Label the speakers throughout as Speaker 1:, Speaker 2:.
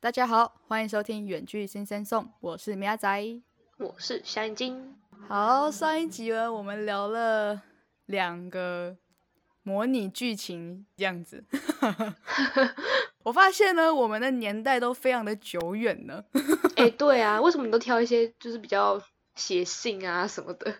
Speaker 1: 大家好，欢迎收听《远距新生颂》，我是米亚仔。
Speaker 2: 我是香精，
Speaker 1: 好，上一集呢，我们聊了两个模拟剧情这样 子。我发现呢，我们的年代都非常的久远呢。
Speaker 2: 哎、对啊，为什么你都挑一些就是比较写信啊什么的？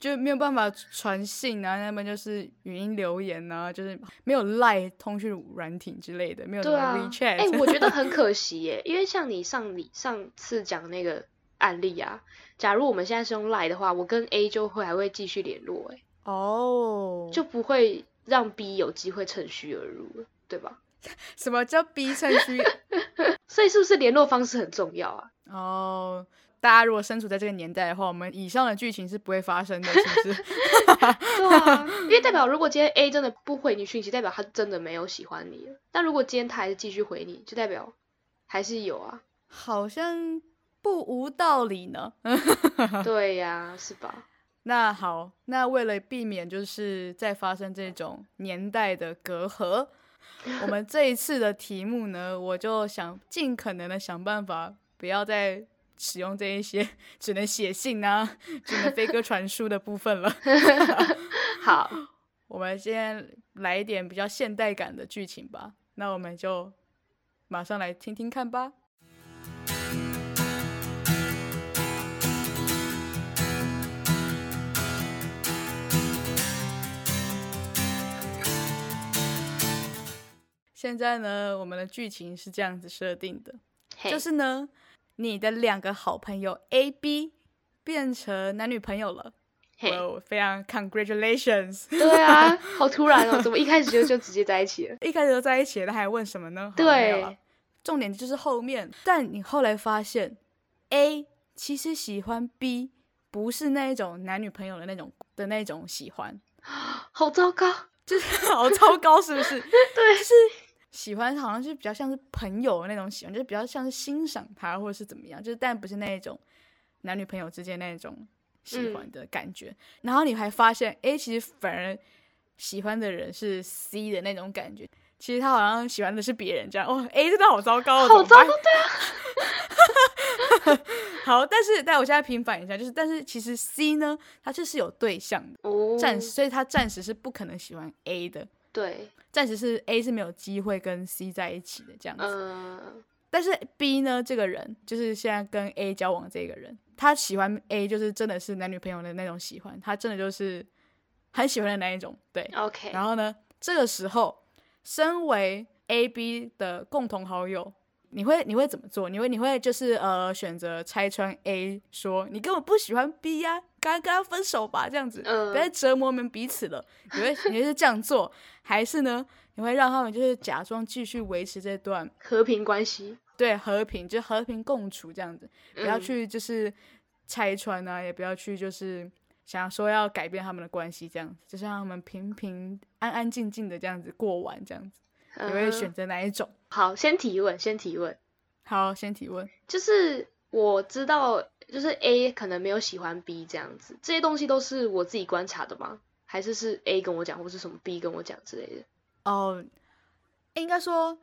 Speaker 1: 就没有办法传信啊，要么就是语音留言啊，就是没有赖通讯软体之类的，没有什
Speaker 2: 对
Speaker 1: 么
Speaker 2: 啊，
Speaker 1: WeChat。
Speaker 2: 哎、我 觉得很可惜耶，因为像你上你上次讲那个案例啊，假如我们现在是用 Line 的话，我跟 A 就会还会继续联络，哎，
Speaker 1: 哦，
Speaker 2: 就不会让 B 有机会趁虚而入了，对吧？
Speaker 1: 什么叫 B 趁虚？
Speaker 2: 所以是不是联络方式很重要啊？
Speaker 1: 哦，大家如果身处在这个年代的话，我们以上的剧情是不会发生的，是 不是？
Speaker 2: 对啊，因为代表如果今天 A 真的不回你讯息，代表他真的没有喜欢你了。但如果今天他还是继续回你，就代表还是有啊。
Speaker 1: 好像不无道理呢。
Speaker 2: 对呀、是吧？
Speaker 1: 那好，那为了避免就是再发生这种年代的隔阂，我们这一次的题目呢，我就想尽可能的想办法，不要再使用这一些 只能写信啊、只能飞鸽传书的部分了。
Speaker 2: 好，
Speaker 1: 我们先来一点比较现代感的剧情吧。那我们就马上来听听看吧。现在呢，我们的剧情是这样子设定的，
Speaker 2: 嘿
Speaker 1: 就是呢，你的两个好朋友 A、B 变成男女朋友了，
Speaker 2: 嘿，
Speaker 1: 我非常 congratulations。
Speaker 2: 对啊，好突然哦，怎么一开始就就直接在一起了？
Speaker 1: 一开始就在一起了，他还问什么呢？好没有了
Speaker 2: 对，
Speaker 1: 重点就是后面。但你后来发现，A 其实喜欢 B，不是那一种男女朋友的那种的那种喜欢，
Speaker 2: 好糟糕，
Speaker 1: 就是好糟糕，是不 是？
Speaker 2: 对
Speaker 1: 就是喜欢好像是比较像是朋友的那种喜欢，就是比较像是欣赏他或者是怎么样，就是但不是那一种男女朋友之间那种喜欢的感觉。
Speaker 2: 嗯
Speaker 1: 然后你还发现，诶，其实反而喜欢的人是 C 的那种感觉。其实他好像喜欢的是别人，这样哦，A 真的好糟糕哦，
Speaker 2: 好
Speaker 1: 怎么办
Speaker 2: 糟糕啊
Speaker 1: 好，但是但我现在平反一下，就是但是其实 C 呢，他就是有对象的，
Speaker 2: 哦，
Speaker 1: 暂时，所以他暂时是不可能喜欢 A 的，
Speaker 2: 对，
Speaker 1: 暂时是 A 是没有机会跟 C 在一起的这样子。
Speaker 2: 嗯，
Speaker 1: 但是 B 呢，这个人就是现在跟 A 交往这个人，他喜欢 A 就是真的是男女朋友的那种喜欢，他真的就是很喜欢的那一种，对。
Speaker 2: OK，
Speaker 1: 然后呢，这个时候，身为 A、B 的共同好友，你会你会怎么做？你会你会就是呃选择拆穿 A，说你根本不喜欢 B 呀、赶快跟他分手吧，这样子，
Speaker 2: 嗯
Speaker 1: 不要再折磨我们彼此了。你会你会是这样做，还是呢？你会让他们就是假装继续维持这段
Speaker 2: 和平关系，
Speaker 1: 对和平，就和平共处这样子，不要
Speaker 2: 嗯
Speaker 1: 去就是拆穿啊，也不要去就是想说要改变他们的关系这样子，就是让他们平平安安静静的这样子过完这样子。你会
Speaker 2: 嗯
Speaker 1: 选择哪一种？
Speaker 2: 好，先提问，先提问，
Speaker 1: 好，先提问。
Speaker 2: 就是我知道，就是 A 可能没有喜欢 B 这样子，这些东西都是我自己观察的吗？还是是 A 跟我讲，或是什么 B 跟我讲之类的？
Speaker 1: 哦，应该说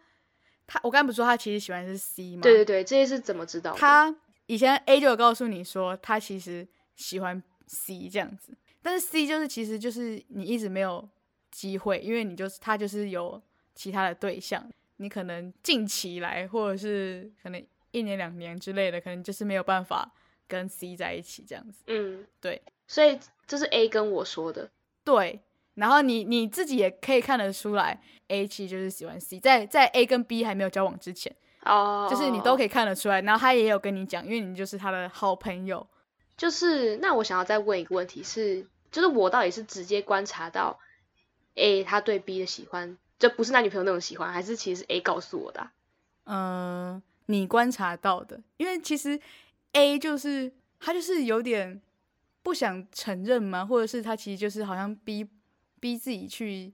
Speaker 1: 他，我刚才不是说他其实喜欢的是 C 吗？
Speaker 2: 对对对，这些是怎么知道的？
Speaker 1: 他以前 A 就有告诉你说，他其实喜欢 C 这样子，但是 C 就是其实就是你一直没有机会，因为你就是他就是有其他的对象，你可能近期来或者是可能一年两年之类的，可能就是没有办法跟 C 在一起这样子。
Speaker 2: 嗯，
Speaker 1: 对，
Speaker 2: 所以这是 A 跟我说的，
Speaker 1: 对，然后你你自己也可以看得出来，A 其实就是喜欢 C，在在 A 跟 B 还没有交往之前，
Speaker 2: 哦，
Speaker 1: 就是你都
Speaker 2: 以。
Speaker 1: 可以看得出来，然后他也有跟你讲，因为你就是他的好朋友。
Speaker 2: 就是那我想要再问一个问题是，就是我到底是直接观察到 A 他对 B 的喜欢，就不是男女朋友那种喜欢，还是其实是 A 告诉我的啊、
Speaker 1: 呃，你观察到的，因为其实 A 就是他就是有点不想承认嘛，或者是他其实就是好像逼逼自己去，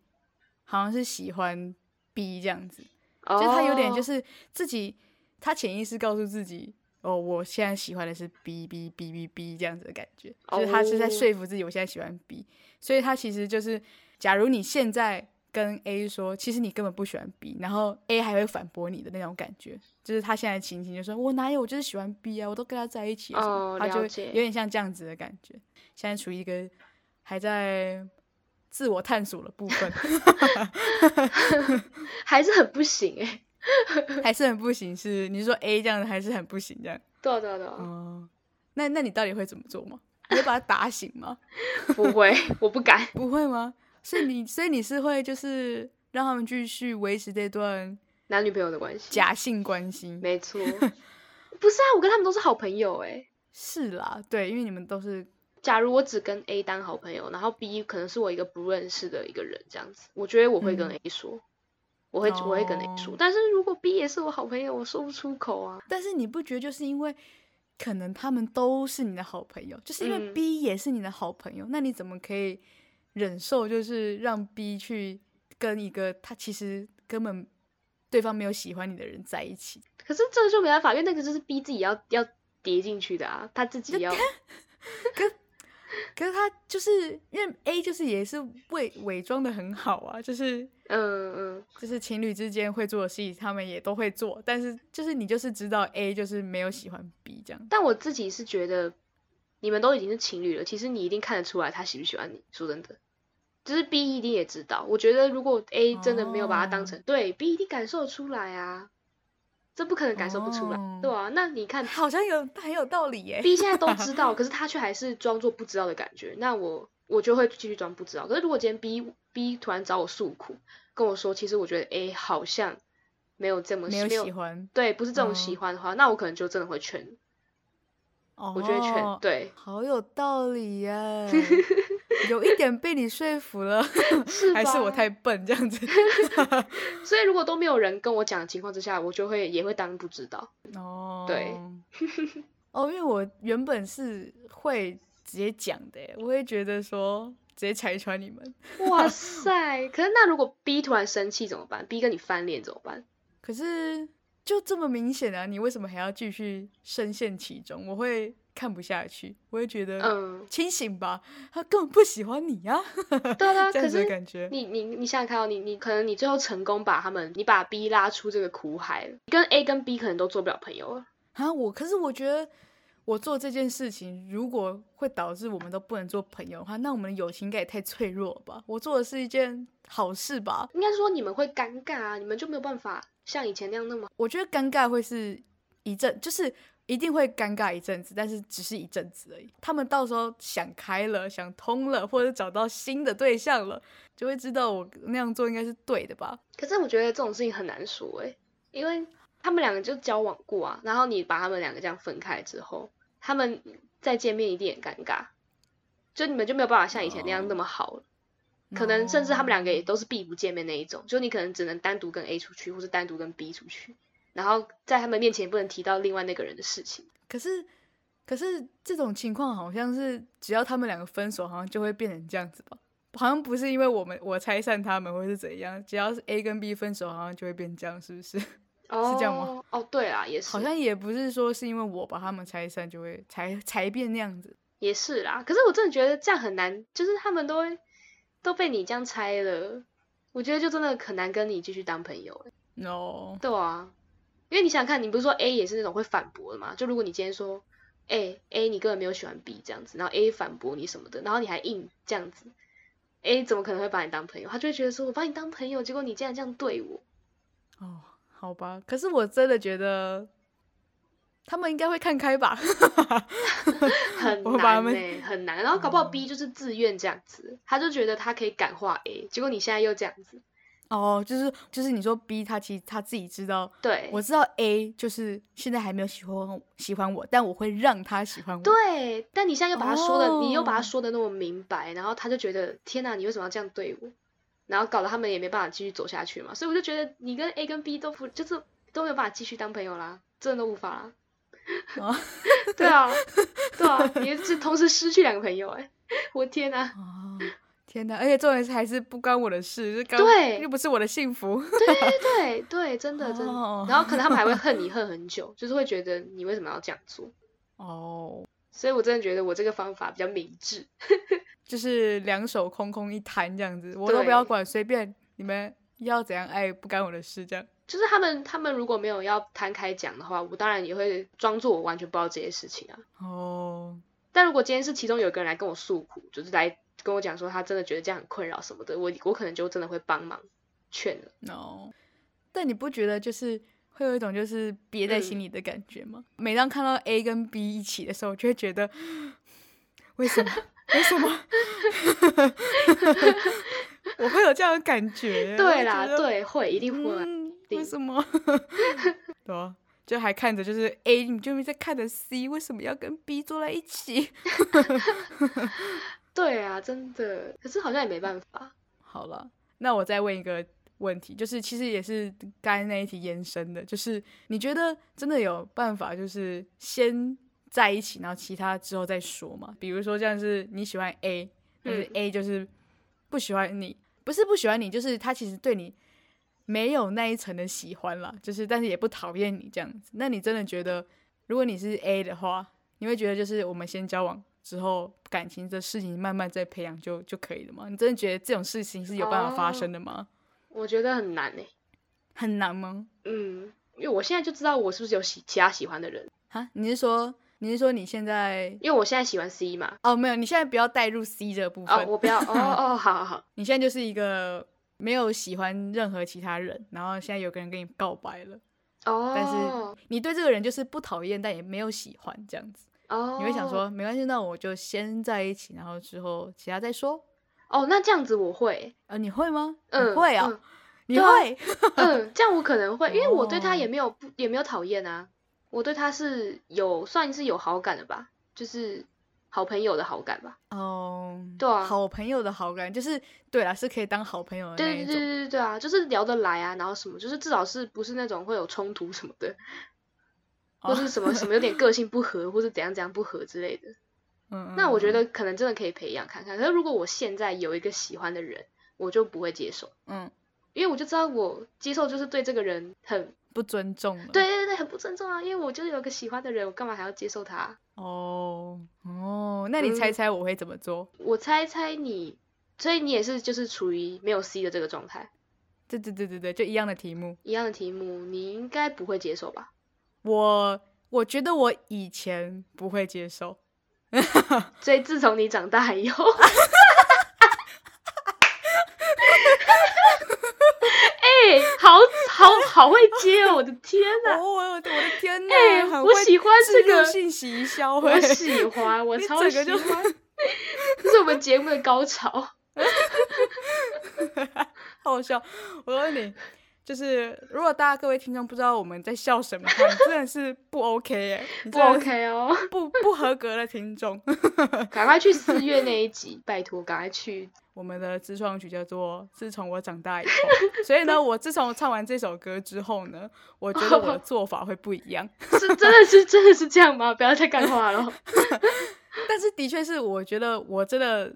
Speaker 1: 好像是喜欢 B 这样子，
Speaker 2: 哦
Speaker 1: 就是他有点就是自己他潜意识告诉自己。哦，我现在喜欢的是 B B B B B 这样子的感觉就是他是在
Speaker 2: 哦
Speaker 1: 说服自己，我现在喜欢 B，所以他其实就是，假如你现在跟 A 说，其实你根本不喜欢 B，然后 A 还会反驳你的那种感觉，就是他现在的情形，就说我哪有，我就是喜欢 B 啊，我都跟他在一起啊什么，
Speaker 2: 哦
Speaker 1: 他就
Speaker 2: 了
Speaker 1: 会
Speaker 2: 解
Speaker 1: 有点像这样子的感觉。现在处于一个还在自我探索的部 分，
Speaker 2: 还是很不行哎、
Speaker 1: 还是很不行。是你是说 A 这样子还是很不行这样？
Speaker 2: 对啊对啊对啊，
Speaker 1: 哦，那那你到底会怎么做吗？你会把他打醒吗？
Speaker 2: 不会， 我不敢。
Speaker 1: 不会吗？所以你所以你是会就是让他们继续维持这段
Speaker 2: 男女朋友的关系，
Speaker 1: 假性关系？
Speaker 2: 没错。不是啊，我跟他们都是好朋友哎、
Speaker 1: 是啦，对，因为你们都是
Speaker 2: 假如我只跟 A 当好朋友，然后 B 可能是我一个不认识的一个人这样子，我觉得我会跟
Speaker 1: 嗯
Speaker 2: A 说，我会我会跟 A 说
Speaker 1: 哦。
Speaker 2: 但是如果 B 也是我好朋友，我说不出口啊。
Speaker 1: 但是你不觉得就是因为可能他们都是你的好朋友，就是因为
Speaker 2: 嗯
Speaker 1: B 也是你的好朋友，那你怎么可以忍受就是让 B 去跟一个他其实根本对方没有喜欢你的人在一起？
Speaker 2: 可是这个就没办法，因为那个就是 B 自己要要叠进去的啊，他自己要
Speaker 1: 可是他就是因为 A 就是也是伪伪装的很好啊，就是
Speaker 2: 嗯嗯，
Speaker 1: 就是情侣之间会做的事情，他们也都会做，但是就是你就是知道 A 就是没有喜欢 B 这样。
Speaker 2: 但我自己是觉得，你们都已经是情侣了，其实你一定看得出来他喜不喜欢你。说真的，就是 B 一定也知道。我觉得如果 A 真的没有把他当成、对，B 一定感受得出来啊，这不可能感受不出来，
Speaker 1: 哦
Speaker 2: 对啊，那你看
Speaker 1: 好像有很有道理耶、
Speaker 2: B 现在都知 道，可是他却还是装作不知道的感觉，那我我就会继续装不知道。可是如果今天 B B 突然找我诉苦，跟我说，其实我觉得 A 好像没有这么
Speaker 1: 没有喜欢，
Speaker 2: 对，不是这种
Speaker 1: 嗯
Speaker 2: 喜欢的话，那我可能就真的会劝，我就会劝，
Speaker 1: 哦
Speaker 2: 对。
Speaker 1: 好有道理耶， 有一点被你说服了，
Speaker 2: 是
Speaker 1: 还是我
Speaker 2: 吧
Speaker 1: 太笨这 样子？
Speaker 2: 所以如果都没有人跟我讲的情况之下，我就会也会当不知道。
Speaker 1: 哦，
Speaker 2: 对，
Speaker 1: 哦，因为我原本是会直接讲的耶，我会觉得说直接拆穿你们，
Speaker 2: 哇塞！可是那如果 B 突然生气怎么办？B 跟你翻脸怎么办？
Speaker 1: 可是就这么明显啊，你为什么还要继续深陷其中？我会看不下去，我会觉得、
Speaker 2: 嗯，
Speaker 1: 清醒吧，他根本不喜欢你呀、
Speaker 2: 对啊，
Speaker 1: 啊， 这
Speaker 2: 可
Speaker 1: 样子的
Speaker 2: 是
Speaker 1: 感觉。
Speaker 2: 你你你想想看哦，你你可能你最后成功把他们，你把 B 拉出这个苦海了，跟 A 跟 B 可能都做不了朋友了。
Speaker 1: 啊，我可是我觉得我做这件事情，如果会导致我们都不能做朋友的话，那我们的友情应该也太脆弱了吧？我做的是一件好事吧？
Speaker 2: 应该说你们会尴尬啊，你们就没有办法像以前那样那么
Speaker 1: 我觉得尴尬会是一阵，就是一定会尴尬一阵子，但是只是一阵子而已。他们到时候想开了、想通了，或者找到新的对象了，就会知道我那样做应该是对的吧？
Speaker 2: 可是我觉得这种事情很难说诶、因为他们两个就交往过啊，然后你把他们两个这样分开之后，他们再见面一定很尴尬，就你们就没有办法像以前那样那么好了。可能甚至他们两个也
Speaker 1: 哦
Speaker 2: 都是避不见面那一种，就你可能只能单独跟 A 出去，或是单独跟 B 出去，然后在他们面前不能提到另外那个人的事情。
Speaker 1: 可是，可是这种情况好像是只要他们两个分手，好像就会变成这样子吧？好像不是因为我们我拆散他们或是怎样，只要是 A 跟 B 分手，好像就会变这样，是不是？
Speaker 2: 哦
Speaker 1: 这样吗？
Speaker 2: 哦，对啦，也是，
Speaker 1: 好像也不是说是因为我把他们拆散就会才才变那样子。
Speaker 2: 也是啦。可是我真的觉得这样很难，就是他们都会都被你这样拆了，我觉得就真的很难跟你继续当朋友、欸。
Speaker 1: no，
Speaker 2: 对啊，因为你想想看，你不是说 A 也是那种会反驳的嘛？就如果你今天说，哎、a 你根本没有喜欢 B 这样子，然后 A 反驳你什么的，然后你还硬这样子，A 怎么可能会把你当朋友？他就会觉得说我把你当朋友，结果你竟然这样对我。
Speaker 1: 哦，好吧。可是我真的觉得他们应该会看开吧。
Speaker 2: 很
Speaker 1: 我把他
Speaker 2: 难欸呢、
Speaker 1: 们
Speaker 2: 很难。然后搞不好
Speaker 1: 哦
Speaker 2: B 就是自愿这样子，他就觉得他可以感化 A，结果你现在又这样子，
Speaker 1: 哦，就是就是你说 B 他其实他自己知道，
Speaker 2: 对，
Speaker 1: 我知道 A 就是现在还没有喜欢我喜欢我，但我会让他喜欢我。
Speaker 2: 对，但你现在又把他说的，你又把他
Speaker 1: 哦
Speaker 2: 说的那么明白，然后他就觉得天哪，你为什么要这样对我？然后搞得他们也没办法继续走下去嘛，所以我就觉得你跟 A 跟 B 都不就是都没有办法继续当朋友啦，真的都无法啦。
Speaker 1: 哦
Speaker 2: 对啊，对啊，你是同时失去两个朋友哎、我天哪！
Speaker 1: 哦，天哪！而且重点是还是不关我的事，是刚
Speaker 2: 对
Speaker 1: 又不是我的幸福。
Speaker 2: 对对 对，真的真的。
Speaker 1: 哦
Speaker 2: 然后可能他们还会恨你恨很久，就是会觉得你为什么要这样做。
Speaker 1: 哦，
Speaker 2: 所以我真的觉得我这个方法比较明智。
Speaker 1: 就是两手空空一摊这样子，我都不要
Speaker 2: 对
Speaker 1: 管，随便你们要怎样爱不干我的事这样。
Speaker 2: 就是他们他们如果没有要摊开讲的话，我当然也会装作我完全不知道这些事情啊。
Speaker 1: 哦，
Speaker 2: 但如果今天是其中有一个人来跟我诉苦，就是来跟我讲说他真的觉得这样很困扰什么的，我我可能就真的会帮忙劝了。
Speaker 1: no，但你不觉得就是会有一种就是憋在心里的感觉吗？
Speaker 2: 嗯
Speaker 1: 每当看到 A 跟 B 一起的时候，就会觉得为什么？为什么？ 我会有这样的感觉。啊我
Speaker 2: 对
Speaker 1: 会
Speaker 2: 啦，
Speaker 1: 觉得，
Speaker 2: 对，会一定会。
Speaker 1: 嗯，
Speaker 2: 定
Speaker 1: 为什么？ 对啊，就还看着就是 A，你就在看着 C，为什么要跟 B 坐在一起？
Speaker 2: 对啊，真的。可是好像也没办法。
Speaker 1: 好了，那我再问一个问题，就是其实也是刚才那一题延伸的，就是你觉得真的有办法，就是先在一起，然后其他之后再说吗？比如说像是你喜欢 A，但是
Speaker 2: 嗯
Speaker 1: A 就是不喜欢你，不是不喜欢你，就是他其实对你没有那一层的喜欢啦，就是但是也不讨厌你这样子。那你真的觉得，如果你是 A 的话，你会觉得就是我们先交往之后，感情这事情慢慢再培养就就可以了吗？你真的觉得这种事情是有办法发生的
Speaker 2: 哦
Speaker 1: 吗？
Speaker 2: 我觉得很难诶、
Speaker 1: 很难吗？
Speaker 2: 嗯，因为我现在就知道我是不是有喜其他喜欢的人，
Speaker 1: 哈，你是说你是说你现在
Speaker 2: 因为我现在喜欢 C 嘛。
Speaker 1: 哦没有，你现在不要带入 C 这个部分，
Speaker 2: 哦，我 不要。哦哦，好好好。
Speaker 1: 你现在就是一个没有喜欢任何其他人，然后现在有个人跟你告白了，
Speaker 2: 哦。
Speaker 1: 但是你对这个人就是不讨厌，但也没有喜欢这样子，
Speaker 2: 哦，
Speaker 1: 你会想说没关系，那我就先在一起，然后之后其他再说。
Speaker 2: 哦，那这样子我会，
Speaker 1: 呃，你会吗？
Speaker 2: 嗯，
Speaker 1: 你会啊，
Speaker 2: 嗯
Speaker 1: 你
Speaker 2: 对啊
Speaker 1: 会。
Speaker 2: 嗯，这样我可能会，因为我对他
Speaker 1: 哦
Speaker 2: 也没有不也没有讨厌啊，我对他是有算是有好感的吧，就是好朋友的好感吧。
Speaker 1: 哦，
Speaker 2: 对啊
Speaker 1: 好朋友的好感就是对啦，是可以当好朋友的哦那
Speaker 2: 对
Speaker 1: 一
Speaker 2: 对对
Speaker 1: 种。
Speaker 2: 对对对啊，就是聊得来啊，然后什么，就是至少是不是那种会有冲突什么的，或
Speaker 1: 哦
Speaker 2: 是 什么什么有点个性不合，或是怎样怎样不合之类的。
Speaker 1: 嗯，
Speaker 2: 那我
Speaker 1: 嗯，
Speaker 2: 觉得可能真的可以培养看看。可是如果我现在有一个喜欢的人，我就不会接受，
Speaker 1: 嗯，
Speaker 2: 因为我就知道我接受就是对这个人很
Speaker 1: 不尊重了。
Speaker 2: 对，对对，很不尊重啊，因为我就是有个喜欢的人，我干嘛还要接受他啊？
Speaker 1: 哦哦，那你猜
Speaker 2: 嗯
Speaker 1: 猜我会怎么做？
Speaker 2: 我猜猜你，所以你也是就是处于没有 C 的这个状态，
Speaker 1: 对对对对对，就一样的题目。
Speaker 2: 一样的题目，你应该不会接受吧？
Speaker 1: 我我觉得我以前不会接受，
Speaker 2: 所以自从你长大 以后，哎、好好好会接哦，我的天 哪！
Speaker 1: 哦，我我的天哪，
Speaker 2: 哎、
Speaker 1: 很
Speaker 2: 我
Speaker 1: 会
Speaker 2: 喜欢
Speaker 1: 植
Speaker 2: 这
Speaker 1: 入
Speaker 2: 个，
Speaker 1: 信息销毁
Speaker 2: 我。喜欢，我
Speaker 1: 你
Speaker 2: 超
Speaker 1: 整
Speaker 2: 喜
Speaker 1: 个就
Speaker 2: 欢，这是我们节目的高 潮。
Speaker 1: 好笑。我问你，就是如果大家各位听众不知道我们在笑什么的话，你真的是不 OK 哎、你
Speaker 2: 不
Speaker 1: 真的是
Speaker 2: OK 哦，
Speaker 1: 不不合格的听众。
Speaker 2: 赶快去四月那一集，拜托，赶快去。
Speaker 1: 我们的自创曲叫做《自从我长大以后》，所以呢，我自从唱完这首歌之后呢，我觉得我的做法会不一样。
Speaker 2: 是真的是真的是这样吗？不要再干话了。
Speaker 1: 但是的确是，我觉得我真的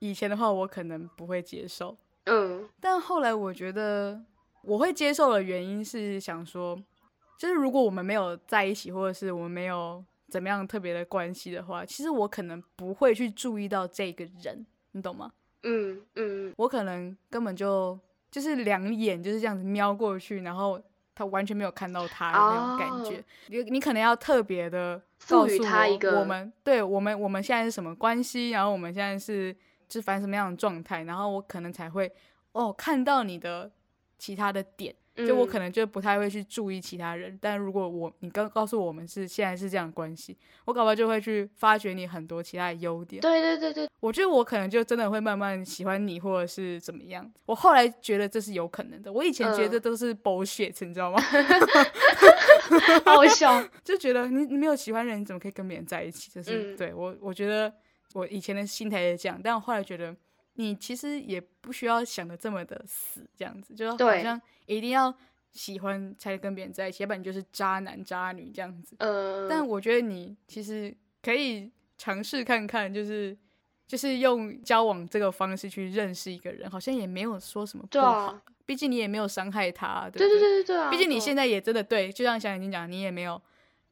Speaker 1: 以前的话，我可能不会接受，
Speaker 2: 嗯，
Speaker 1: 但后来我觉得我会接受的原因是想说，就是如果我们没有在一起，或者是我们没有怎么样特别的关系的话，其实我可能不会去注意到这个人，你懂吗？
Speaker 2: 嗯嗯，
Speaker 1: 我可能根本就就是两眼就是这样子瞄过去，然后他完全没有看到他的那种感觉。
Speaker 2: 哦
Speaker 1: 你你可能要特别的
Speaker 2: 赋
Speaker 1: 告
Speaker 2: 予
Speaker 1: 诉
Speaker 2: 他
Speaker 1: 我，
Speaker 2: 一个
Speaker 1: 我们对我们我们现在是什么关系，然后我们现在是是反正什么样的状态，然后我可能才会哦看到你的其他的点。就我可
Speaker 2: 能
Speaker 1: 能就不太会去注意其他人，但如果我你刚告诉我们是现在是这样的关系，我搞不好就会去发掘你很多其他的优点。
Speaker 2: 对对对对，
Speaker 1: 我觉得我可能就真的会慢慢喜欢你，或者是怎么样。我后来觉得这是有可能的，我以前觉得
Speaker 2: 嗯
Speaker 1: 这都是 bullshit，你知道 吗？
Speaker 2: 好笑。
Speaker 1: 就觉得你你没有喜欢人，你怎么可以跟别人在一起？就是、
Speaker 2: 嗯
Speaker 1: 对我，我觉得我以前的心态也这样，但我后来觉得你其实也不需要想的这么的死，这样子，就好
Speaker 2: 对
Speaker 1: 像一定要喜欢才跟别人在一起，要不然你就是渣男渣女这样子。
Speaker 2: 呃，
Speaker 1: 但我觉得你其实可以尝试看看，就是就是用交往这个方式去认识一个人，好像也没有说什么不
Speaker 2: 对
Speaker 1: 好，
Speaker 2: 啊，
Speaker 1: 毕竟你也没有伤害他，对不
Speaker 2: 对对对对对啊，
Speaker 1: 毕竟你
Speaker 2: 对
Speaker 1: 现在也真的对，就像小眼睛讲，你也没有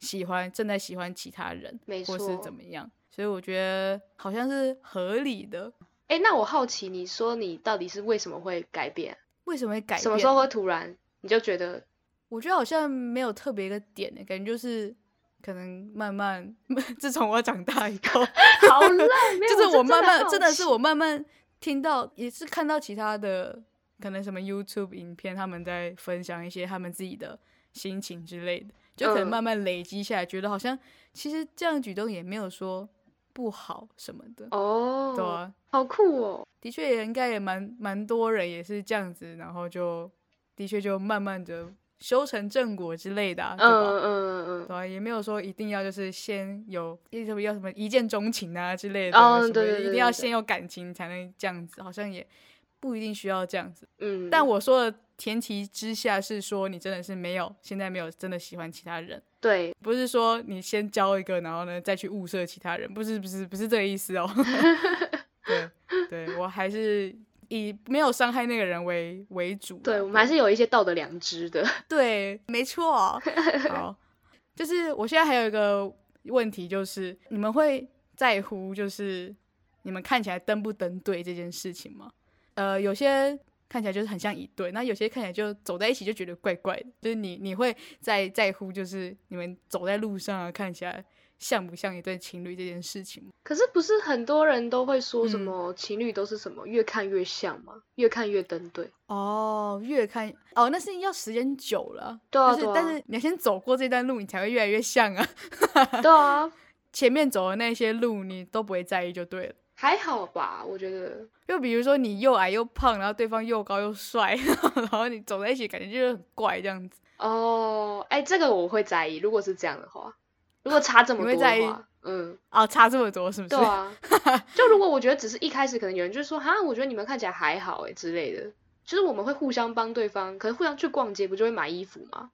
Speaker 1: 喜欢正在喜欢其他人，
Speaker 2: 没
Speaker 1: 或
Speaker 2: 错
Speaker 1: 是怎么样，所以我觉得好像是合理的。
Speaker 2: 哎，那我好奇，你说你到底是为什么会改变啊？
Speaker 1: 为什么会改变？
Speaker 2: 什么时候会突然你就 觉得
Speaker 1: 我觉得好像没有特别一个点欸呢，感觉就是可能慢慢， 自从我长大以后，
Speaker 2: 好 烂？没有
Speaker 1: 就是我
Speaker 2: 我
Speaker 1: 慢慢
Speaker 2: 真
Speaker 1: 真的
Speaker 2: 的好
Speaker 1: 是
Speaker 2: 奇
Speaker 1: 我慢慢听到，也是看到其他的可能什么 YouTube 影片，他们在分享一些他们自己的心情之类的，就可能
Speaker 2: 嗯
Speaker 1: 慢慢累积下来，觉得好像其实这样举动也没有说不好什么的，
Speaker 2: 哦，
Speaker 1: 对啊，
Speaker 2: 好酷哦，
Speaker 1: 的确也应该也蛮蛮多人也是这样子，然后就的确就慢慢的修成正果之类的、啊，对
Speaker 2: 嗯
Speaker 1: 吧？
Speaker 2: 嗯嗯嗯，
Speaker 1: 对啊，也没有说一定要就是先有一什么要什么一见钟情啊之类的，
Speaker 2: 哦
Speaker 1: 什么
Speaker 2: 对对对
Speaker 1: 一定
Speaker 2: 对
Speaker 1: 要
Speaker 2: 对
Speaker 1: 先有感情才能这样子，好像也不一定需要这样子。
Speaker 2: 嗯，
Speaker 1: 但我说的前提之下是说你真的是没有现在没有真的喜欢其他人，
Speaker 2: 对，
Speaker 1: 不是说你先交一个，然后呢再去物色其他人，不是不是不是这个意思哦。 对，对我还是以没有伤害那个人为为主啊。
Speaker 2: 对我们还是有一些道德良知的，
Speaker 1: 对，没错。 好，就是我现在还有一个问题，就是你们会在乎就是你们看起来登不登对这件事情吗？呃，有些看起来就是很像一对，那有些看起来就走在一起就觉得怪怪的。就是你你会在在乎就是你们走在路上啊，看起来像不像一对情侣这件事情吗？
Speaker 2: 可是不是很多人都会说什
Speaker 1: 嗯
Speaker 2: 么情侣都是什么越看越像吗？越看越 登对。
Speaker 1: 哦，越看哦，那是要时间久了，
Speaker 2: 对啊
Speaker 1: 但是
Speaker 2: 对啊
Speaker 1: 但是你要先走过这段路，你才会越来越像啊。
Speaker 2: 对啊，
Speaker 1: 前面走的那些路你都不会在意就对了。
Speaker 2: 还好吧，我觉得。
Speaker 1: 就比如说你又矮又胖，然后对方又高又帅，然后你走在一起感觉就是很怪这样子。
Speaker 2: 哦，哎，这个我会在意。如果是这样的话，如果差这么
Speaker 1: 你
Speaker 2: 多
Speaker 1: 会
Speaker 2: 的
Speaker 1: 在意
Speaker 2: 话，嗯，
Speaker 1: 啊，差这么多是不是？
Speaker 2: 对 啊。就如果我觉得只是一开始可能有人就说哈，我觉得你们看起来还好哎之类的，就是我们会互相帮对方，可能互相去逛街不就会买衣服吗？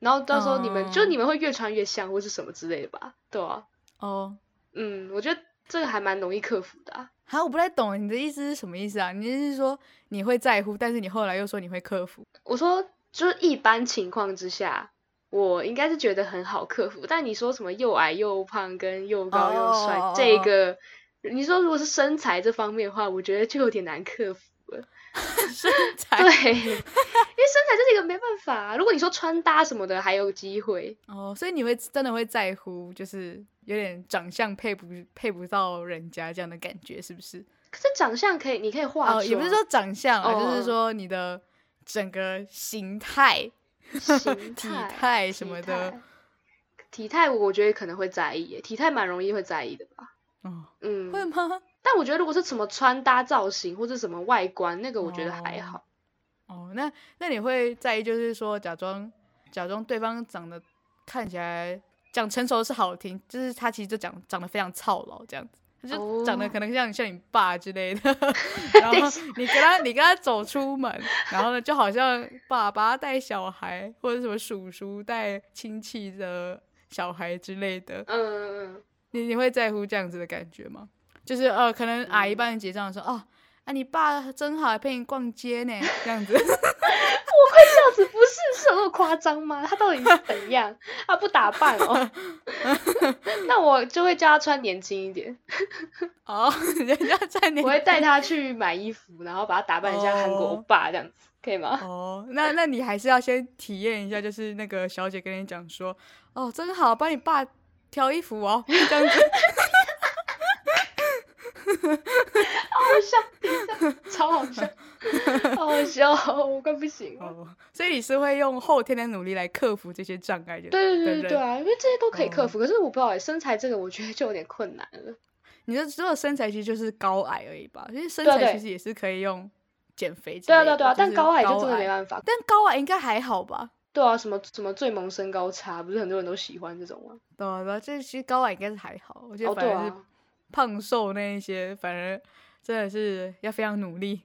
Speaker 2: 然后到时候你们、就
Speaker 1: 嗯
Speaker 2: 你们会越穿越像或是什么之类的吧？对啊，
Speaker 1: 哦，
Speaker 2: 嗯，我觉得这个还蛮容易克服的、啊。
Speaker 1: 好，我不太懂你的意思是什么意思啊？你是说你会在乎，但是你后来又说你会克服？
Speaker 2: 我说，就是一般情况之下，我应该是觉得很好克服。但你说什么又矮又胖跟又高又帅
Speaker 1: 哦
Speaker 2: 这个，你说如果是身材这方面的话，我觉得就有点难克服了。
Speaker 1: 身材
Speaker 2: 对，因为 身材 就是一个没办法啊、如果你说穿搭什么的还有机会，
Speaker 1: 哦，所以你会真的会在乎，就是有点长相配不配不到人家这样的感觉，是不是？
Speaker 2: 可是长相可以，你可以化妆，
Speaker 1: 哦，也不是说长相啊，
Speaker 2: 哦
Speaker 1: 就是
Speaker 2: 哦
Speaker 1: 说你的整个形态。
Speaker 2: 形
Speaker 1: 体
Speaker 2: 态、
Speaker 1: 态什么
Speaker 2: 体
Speaker 1: 的
Speaker 2: 态。体态我觉得可能会在意耶，体态蛮容易会在意的吧。
Speaker 1: 哦，
Speaker 2: 嗯，
Speaker 1: 会吗？
Speaker 2: 但我觉得如果是什么穿搭造型或者什么外观，那个我觉得还
Speaker 1: 哦
Speaker 2: 好。
Speaker 1: 哦，那那你会在意，就是说假装假装对方长得看起来讲成熟是好听，就是他其实就长长得非常操劳这样子。他就长得
Speaker 2: 哦
Speaker 1: 可能像你像你爸之类的，然后你跟他你跟他走出门，然后呢就好像爸爸带小孩或者什么叔叔带亲戚的小孩之类的，
Speaker 2: 嗯嗯
Speaker 1: 你你会在乎这样子的感觉吗？就是呃，可能阿姨帮你结账的时候，哦，啊，你爸真好，还陪你逛街呢，这样子。
Speaker 2: 这样子不是是有那么夸张吗？他到底是怎样？他不打扮 哦，那我就会叫他穿年轻一点，
Speaker 1: 哦， 人家在你
Speaker 2: 我会带他去买衣服，然后把他打扮得像韩国欧
Speaker 1: 哦
Speaker 2: 巴这样子，可以 吗？
Speaker 1: 哦，那那你还是要先体验一下，就是那个小姐跟你讲说，哦，真好，帮你爸挑衣服哦，这样 子。
Speaker 2: 超好笑，好好笑哦，我快不行了。
Speaker 1: 哦，所以你是会用后天的努力来克服这些障碍的。
Speaker 2: 对对
Speaker 1: 对
Speaker 2: 对对啊，因为这些都可以克
Speaker 1: 哦
Speaker 2: 服，可是我不知道哎，身材这个我觉得就有点困难了。
Speaker 1: 你的所有身材其实就是高矮而已吧，因为身
Speaker 2: 对啊
Speaker 1: 材
Speaker 2: 对
Speaker 1: 其实也是可以用减肥之
Speaker 2: 对啊
Speaker 1: 类
Speaker 2: 对
Speaker 1: 的。
Speaker 2: 啊对啊，但
Speaker 1: 是
Speaker 2: 高
Speaker 1: 高
Speaker 2: 矮就真的没
Speaker 1: 矮
Speaker 2: 办法。
Speaker 1: 但高矮应该还好吧？
Speaker 2: 对啊，什么什么最萌身高差，不是很多人都喜欢这种吗？
Speaker 1: 对啊对啊，这其实高矮应该是还好，我觉得
Speaker 2: 哦，
Speaker 1: 反
Speaker 2: 对
Speaker 1: 而是
Speaker 2: 啊，
Speaker 1: 胖瘦那一些，反而真的是要非常努力。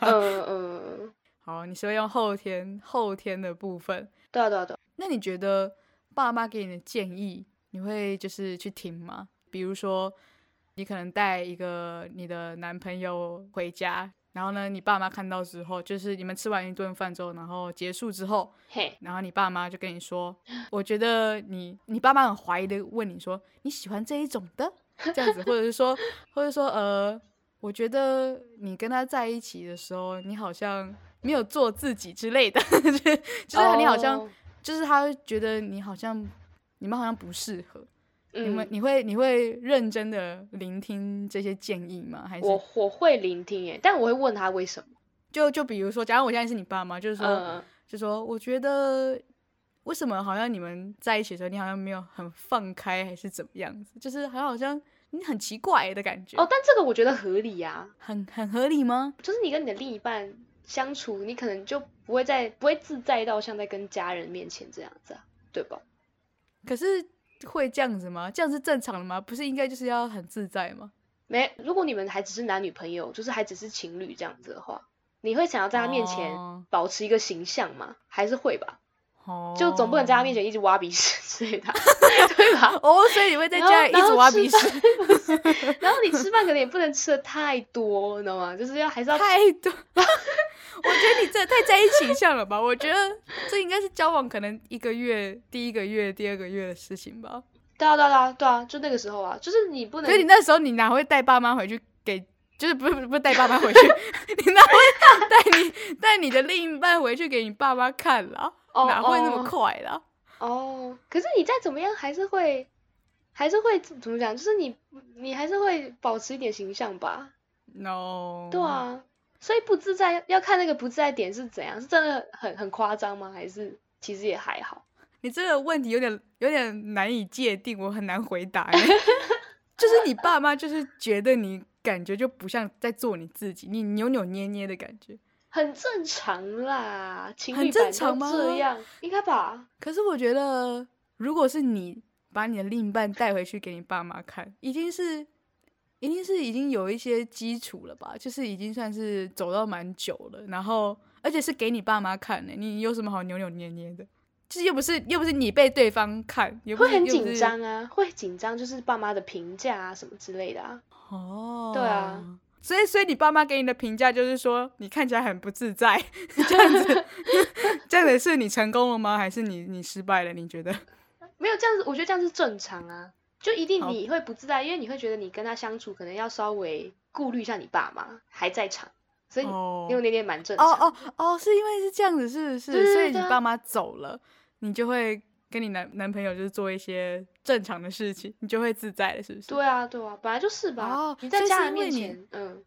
Speaker 2: 嗯嗯，
Speaker 1: 好，你是会用后天后天的部分，
Speaker 2: 对啊对啊对啊，
Speaker 1: 那你觉得爸妈给你的建议，你会就是去听吗？比如说，你可能带一个你的男朋友回家，然后呢，你爸妈看到之后，就是你们吃完一顿饭之后，然后结束之后，
Speaker 2: 嘿，
Speaker 1: 然后你爸妈就跟你说，我觉得你你爸妈很怀疑的问你说你喜欢这一种的这样子，或者是说，或者说呃，我觉得你跟他在一起的时候，你好像没有做自己之类的， 就是就是你好像
Speaker 2: 哦
Speaker 1: 就是他会觉得你好像你们好像不适合，
Speaker 2: 嗯、
Speaker 1: 你们你会你会认真的聆听这些建议吗？还是
Speaker 2: 我我会聆听耶，但我会问他为什么。
Speaker 1: 就就比如说，假如我现在是你爸妈，就是说、
Speaker 2: 嗯，
Speaker 1: 就说我觉得为什么好像你们在一起的时候，你好像没有很放开，还是怎么样子？就是好像好像你很奇怪的感觉，
Speaker 2: 哦，但这个我觉得合理呀、
Speaker 1: 很很合理吗？
Speaker 2: 就是你跟你的另一半相处，你可能就不会在不会自在到像在跟家人面前这样子啊，对吧？
Speaker 1: 可是会这样子吗？这样是正常的吗？不是应该就是要很自在吗？
Speaker 2: 没，如果你们还只是男女朋友，就是还只是情侣这样子的话，你会想要在他面前
Speaker 1: 哦，
Speaker 2: 保持一个形象吗？还是会吧？
Speaker 1: 哦
Speaker 2: 就总不能在他面前一直挖鼻屎之类的啊， 对吧？
Speaker 1: 哦，所以你会哦在家里一
Speaker 2: 然后
Speaker 1: 直挖鼻屎，
Speaker 2: 然后你吃饭可能也不能吃的太多，你知道吗？就是要还是要
Speaker 1: 太多。我觉得你这太在意形象了吧？我觉得这应该是交往可能一个月、第一个月、第二个月的事情吧。
Speaker 2: 对啊对啊对啊对啊，就那个时候啊，就是你不能
Speaker 1: 可是你那时候你哪会带爸妈回去给？就是不是不是不是带爸妈回 去，你哪会带你带你的另一半回去给你爸妈看啦？
Speaker 2: 哦
Speaker 1: 哪会那么
Speaker 2: 哦
Speaker 1: 快啦？
Speaker 2: 哦，可是你再怎么样还是会还是会怎么讲？就是你你还是会保持一点形象吧？
Speaker 1: no，
Speaker 2: 对，
Speaker 1: 哦
Speaker 2: 啊，所以不自在要看那个不自在点是怎样，是真的很很夸张吗？还是其实也还好？
Speaker 1: 你这个问题有点有点难以界定，我很难回答 欸。就是你爸妈就是觉得你感觉就不像在做你自己，你扭扭捏捏的感觉。
Speaker 2: 很正常啦，情
Speaker 1: 很
Speaker 2: 侣
Speaker 1: 正
Speaker 2: 版
Speaker 1: 常
Speaker 2: 都这
Speaker 1: 吗
Speaker 2: 样，应该吧？
Speaker 1: 可是我觉得，如果是你把你的另一半带回去给你爸妈看，已经是，一定是已经有一些基础了吧？就是已经算是走到蛮久了，然后而且是给你爸妈看的、你有什么好扭扭捏捏的？就是又不是又不是你被对方看，也不
Speaker 2: 会
Speaker 1: 是
Speaker 2: 很
Speaker 1: 又不
Speaker 2: 紧
Speaker 1: 是
Speaker 2: 张啊，会紧张，就是爸妈的评价啊什么之类的啊。
Speaker 1: 哦。
Speaker 2: 对啊，
Speaker 1: 所以所以你爸妈给你的评价就是说你看起来很不自 在，这样子， 这样子是你成功了吗？还是你你失败了？你觉得？
Speaker 2: 没有这样子，我觉得这样是正常啊。就一定
Speaker 1: 好
Speaker 2: 你会不自在，因为你会觉得你跟他相处可能要稍微顾虑一下你爸妈还在场，所以你
Speaker 1: 哦
Speaker 2: 因为那天蛮正常。
Speaker 1: 哦哦哦，是因为是这样子，是不是？
Speaker 2: 对对
Speaker 1: 所
Speaker 2: 对
Speaker 1: 以
Speaker 2: 对
Speaker 1: 你
Speaker 2: 啊
Speaker 1: 爸妈走了，你就会跟你男男朋友就是做一些正常的事情，你就会自在了，是不是？
Speaker 2: 对啊对啊，本来就是吧。
Speaker 1: 哦
Speaker 2: 你在
Speaker 1: 所以
Speaker 2: 家
Speaker 1: 是
Speaker 2: 人
Speaker 1: 因为
Speaker 2: 面
Speaker 1: 你
Speaker 2: 前，嗯，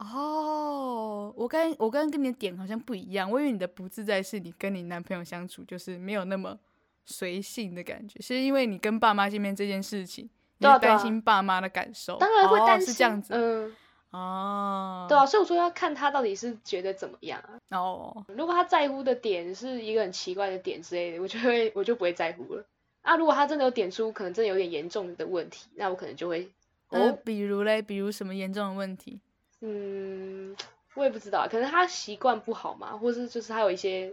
Speaker 1: 哦，我刚我刚刚跟你的点好像不一样，我以为你的不自在是你跟你男朋友相处就是没有那么随性的感觉，是因为你跟爸妈见面这件事情，你
Speaker 2: 对啊
Speaker 1: 会
Speaker 2: 对
Speaker 1: 担
Speaker 2: 啊
Speaker 1: 心爸妈的感受，
Speaker 2: 当然会担
Speaker 1: 哦、
Speaker 2: 心，
Speaker 1: 是这样子
Speaker 2: 嗯，
Speaker 1: 哦，
Speaker 2: 对啊，所以我说要看他到底是觉得怎么样啊。
Speaker 1: 哦，
Speaker 2: 如果他在乎的点是一个很奇怪的点之类的，我就会我就不会在乎了。啊，如果他真的有点出可能真的有点严重的问题，那我可能就会
Speaker 1: 呃，
Speaker 2: 哦，
Speaker 1: 比如嘞，比如什么严重的问题？
Speaker 2: 嗯，我也不知道，可能他习惯不好嘛，或是就是他有一些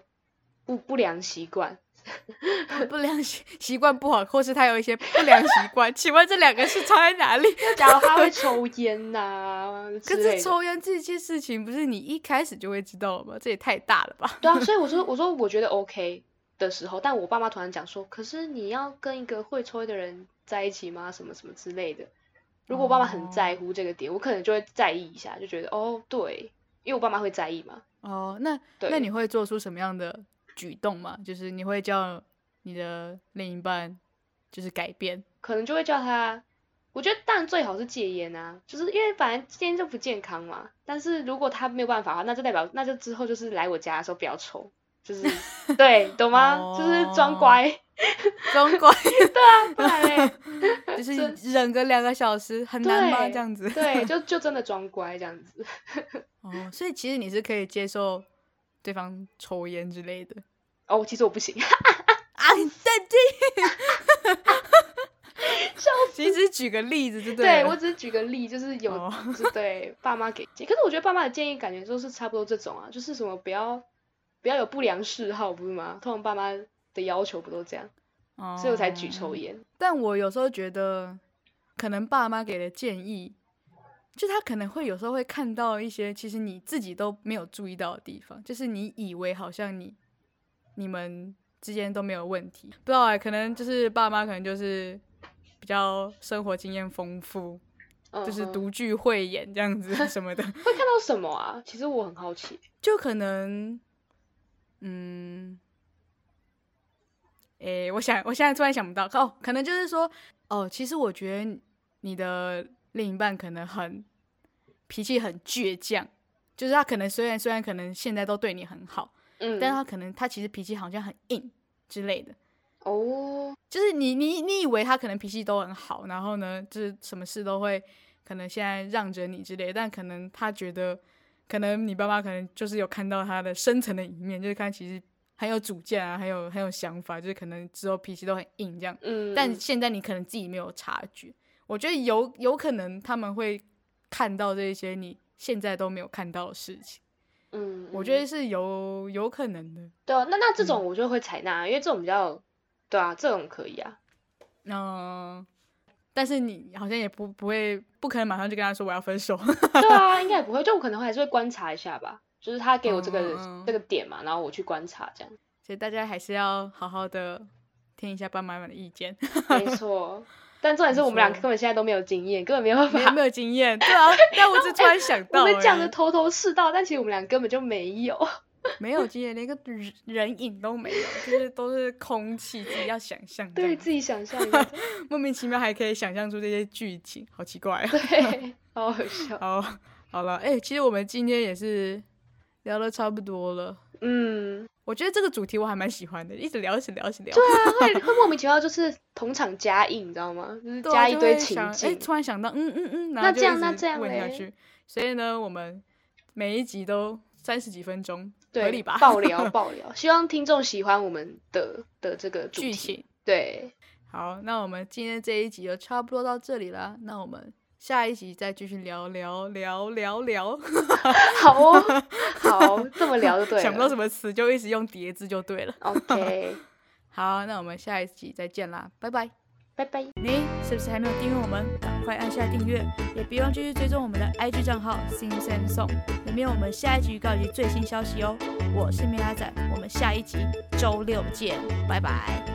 Speaker 2: 不不良习惯。
Speaker 1: 不良习习惯不好，或是他有一些不良习惯， 请问这两个是差在哪 里？
Speaker 2: 假如他会抽烟呐、之
Speaker 1: 可
Speaker 2: 类
Speaker 1: 是
Speaker 2: 的，
Speaker 1: 抽烟这件事情，不是你一开始就会知道了吗？这也太大了吧！
Speaker 2: 对啊，所以我说我说我觉得 OK 的时候，但我爸妈突然讲说，可是你要跟一个会抽烟的人在一起吗？什么什么之类的。如果我爸妈很在乎这个点，我可能就会在意一下，就觉得哦，对，因为我爸妈会在意嘛。
Speaker 1: 哦，那
Speaker 2: 对，
Speaker 1: 那你会做出什么样的举动吗？就是你会叫你的另一半就是改 变？
Speaker 2: 可能就会叫他，我觉得当然最好是戒烟啊，就是因为反正戒烟就不健康嘛。但是如果他没有办法的话，那就代表那就之后就是来我家的时候不要抽，就是对，懂吗？就是装
Speaker 1: 哦
Speaker 2: 乖，
Speaker 1: 装 乖，
Speaker 2: 不然嘞，
Speaker 1: 就是忍个两个小时很难吗？
Speaker 2: 对
Speaker 1: 这样子？
Speaker 2: 对，就就真的装乖这样子。
Speaker 1: 哦，所以其实你是可以接受对方抽烟之类的。
Speaker 2: 哦，其实我不行，
Speaker 1: 啊，你在这，
Speaker 2: 笑
Speaker 1: 其实举个例子就
Speaker 2: 对
Speaker 1: 了。
Speaker 2: 我只是举个例，就是有、
Speaker 1: 哦
Speaker 2: 就对爸妈给建议，可是我觉得爸妈的建议感觉都是差不多这种啊，就是什么不要不要有不良嗜好，不是吗？通常爸妈的要求不都这样，
Speaker 1: 哦
Speaker 2: 所以我才举抽。烟。
Speaker 1: 但我有时候觉得，可能爸妈给的建议，就他可能会有时候会看到一些其实你自己都没有注意到的地方，就是你以为好像你你们之间都没有问题，不知啊道哎、可能就是爸妈可能就是比较生活经验丰富，
Speaker 2: 嗯
Speaker 1: 就是
Speaker 2: 嗯
Speaker 1: 独具慧眼这样子什么的，
Speaker 2: 会看到什么啊？其实我很好奇。
Speaker 1: 就可能，嗯，诶、我想，我现在突然想不到，哦，可能就是说，哦，其实我觉得你的另一半可能很脾气很倔强，就是他可能虽然虽然可能现在都对你很好，
Speaker 2: 嗯，
Speaker 1: 但他可能他其实脾气好像很硬之类的。
Speaker 2: 哦，
Speaker 1: 就是你你你以为他可能脾气都很好，然后呢，就是什么事都会可能现在让着你之类的，但可能他觉得，可能你爸妈可能就是有看到他的深层的一面，就是看其实很有主见啊，很有很有想法，就是可能之后脾气都很硬这样。
Speaker 2: 嗯，
Speaker 1: 但现在你可能自己没有察觉，我觉得有有可能他们会看到这些你现在都没有看到的事情，
Speaker 2: 嗯，
Speaker 1: 我
Speaker 2: 嗯
Speaker 1: 觉得是有有可能的。
Speaker 2: 对啊，那那
Speaker 1: 嗯
Speaker 2: 这种我就会采纳，因为这种比较，对啊，这种可以 啊。
Speaker 1: 嗯、但是你好像也不不会，不可能马上就跟他说我要分手。
Speaker 2: 对啊，应该也不会，就我可能还是会观察一下吧，就是他给我这个、
Speaker 1: 嗯嗯嗯
Speaker 2: 这个点嘛，然后我去观察这样。
Speaker 1: 所以大家还是要好好的听一下爸妈们的意见，
Speaker 2: 没错，但重点是我们俩
Speaker 1: 没错
Speaker 2: 根本现在都没有经验，根本没有办
Speaker 1: 没有
Speaker 2: 法。
Speaker 1: 没有经验，对啊。但我只突然想
Speaker 2: 我
Speaker 1: 到、
Speaker 2: 们讲的
Speaker 1: 哎
Speaker 2: 头头是道，但其实我们俩根本就没 有。
Speaker 1: 没有经验，连个人人影都没有，就是都是空气，自己要想象。
Speaker 2: 对自己想象 一下，
Speaker 1: 己莫名其妙还可以想象出这些剧情，好奇怪、啊。
Speaker 2: 对，好好 笑。
Speaker 1: 好，好了，哎、其实我们今天也是聊的差不多了。
Speaker 2: 嗯，
Speaker 1: 我觉得这个主题我还蛮喜欢的，一直聊，一直聊，一直聊。
Speaker 2: 对啊，会会莫名其妙就是同场加映，你知道吗？就是
Speaker 1: 对
Speaker 2: 加
Speaker 1: 啊
Speaker 2: 一
Speaker 1: 就
Speaker 2: 堆
Speaker 1: 会
Speaker 2: 情
Speaker 1: 想哎、
Speaker 2: 境。
Speaker 1: 突然想到，嗯嗯嗯，然
Speaker 2: 那
Speaker 1: 后就
Speaker 2: 这
Speaker 1: 一
Speaker 2: 样那
Speaker 1: 直
Speaker 2: 这样
Speaker 1: 问下
Speaker 2: 嘞
Speaker 1: 去。所以呢，我们每一集都三十几分钟，
Speaker 2: 对，
Speaker 1: 合理吧？
Speaker 2: 爆聊爆聊，希望听众喜欢我们的的这个主
Speaker 1: 剧
Speaker 2: 题。
Speaker 1: 情。
Speaker 2: 对，
Speaker 1: 好，那我们今天这一集就差不多到这里啦。那我们下一集再继续聊聊聊聊聊，
Speaker 2: 好哦，好，这么聊就对了。
Speaker 1: 想不到什么词就一直用叠字就对了。
Speaker 2: OK，
Speaker 1: 好，那我们下一集再见啦，拜拜。
Speaker 2: 拜拜。
Speaker 1: 你是不是还没有订阅我们？赶快按下订阅，也别忘继续追踪我们的 IG 账号 Sing Sam Song，里面有我们下一集预告以及最新消息哦。我是米拉仔，我们下一集周六见，拜拜。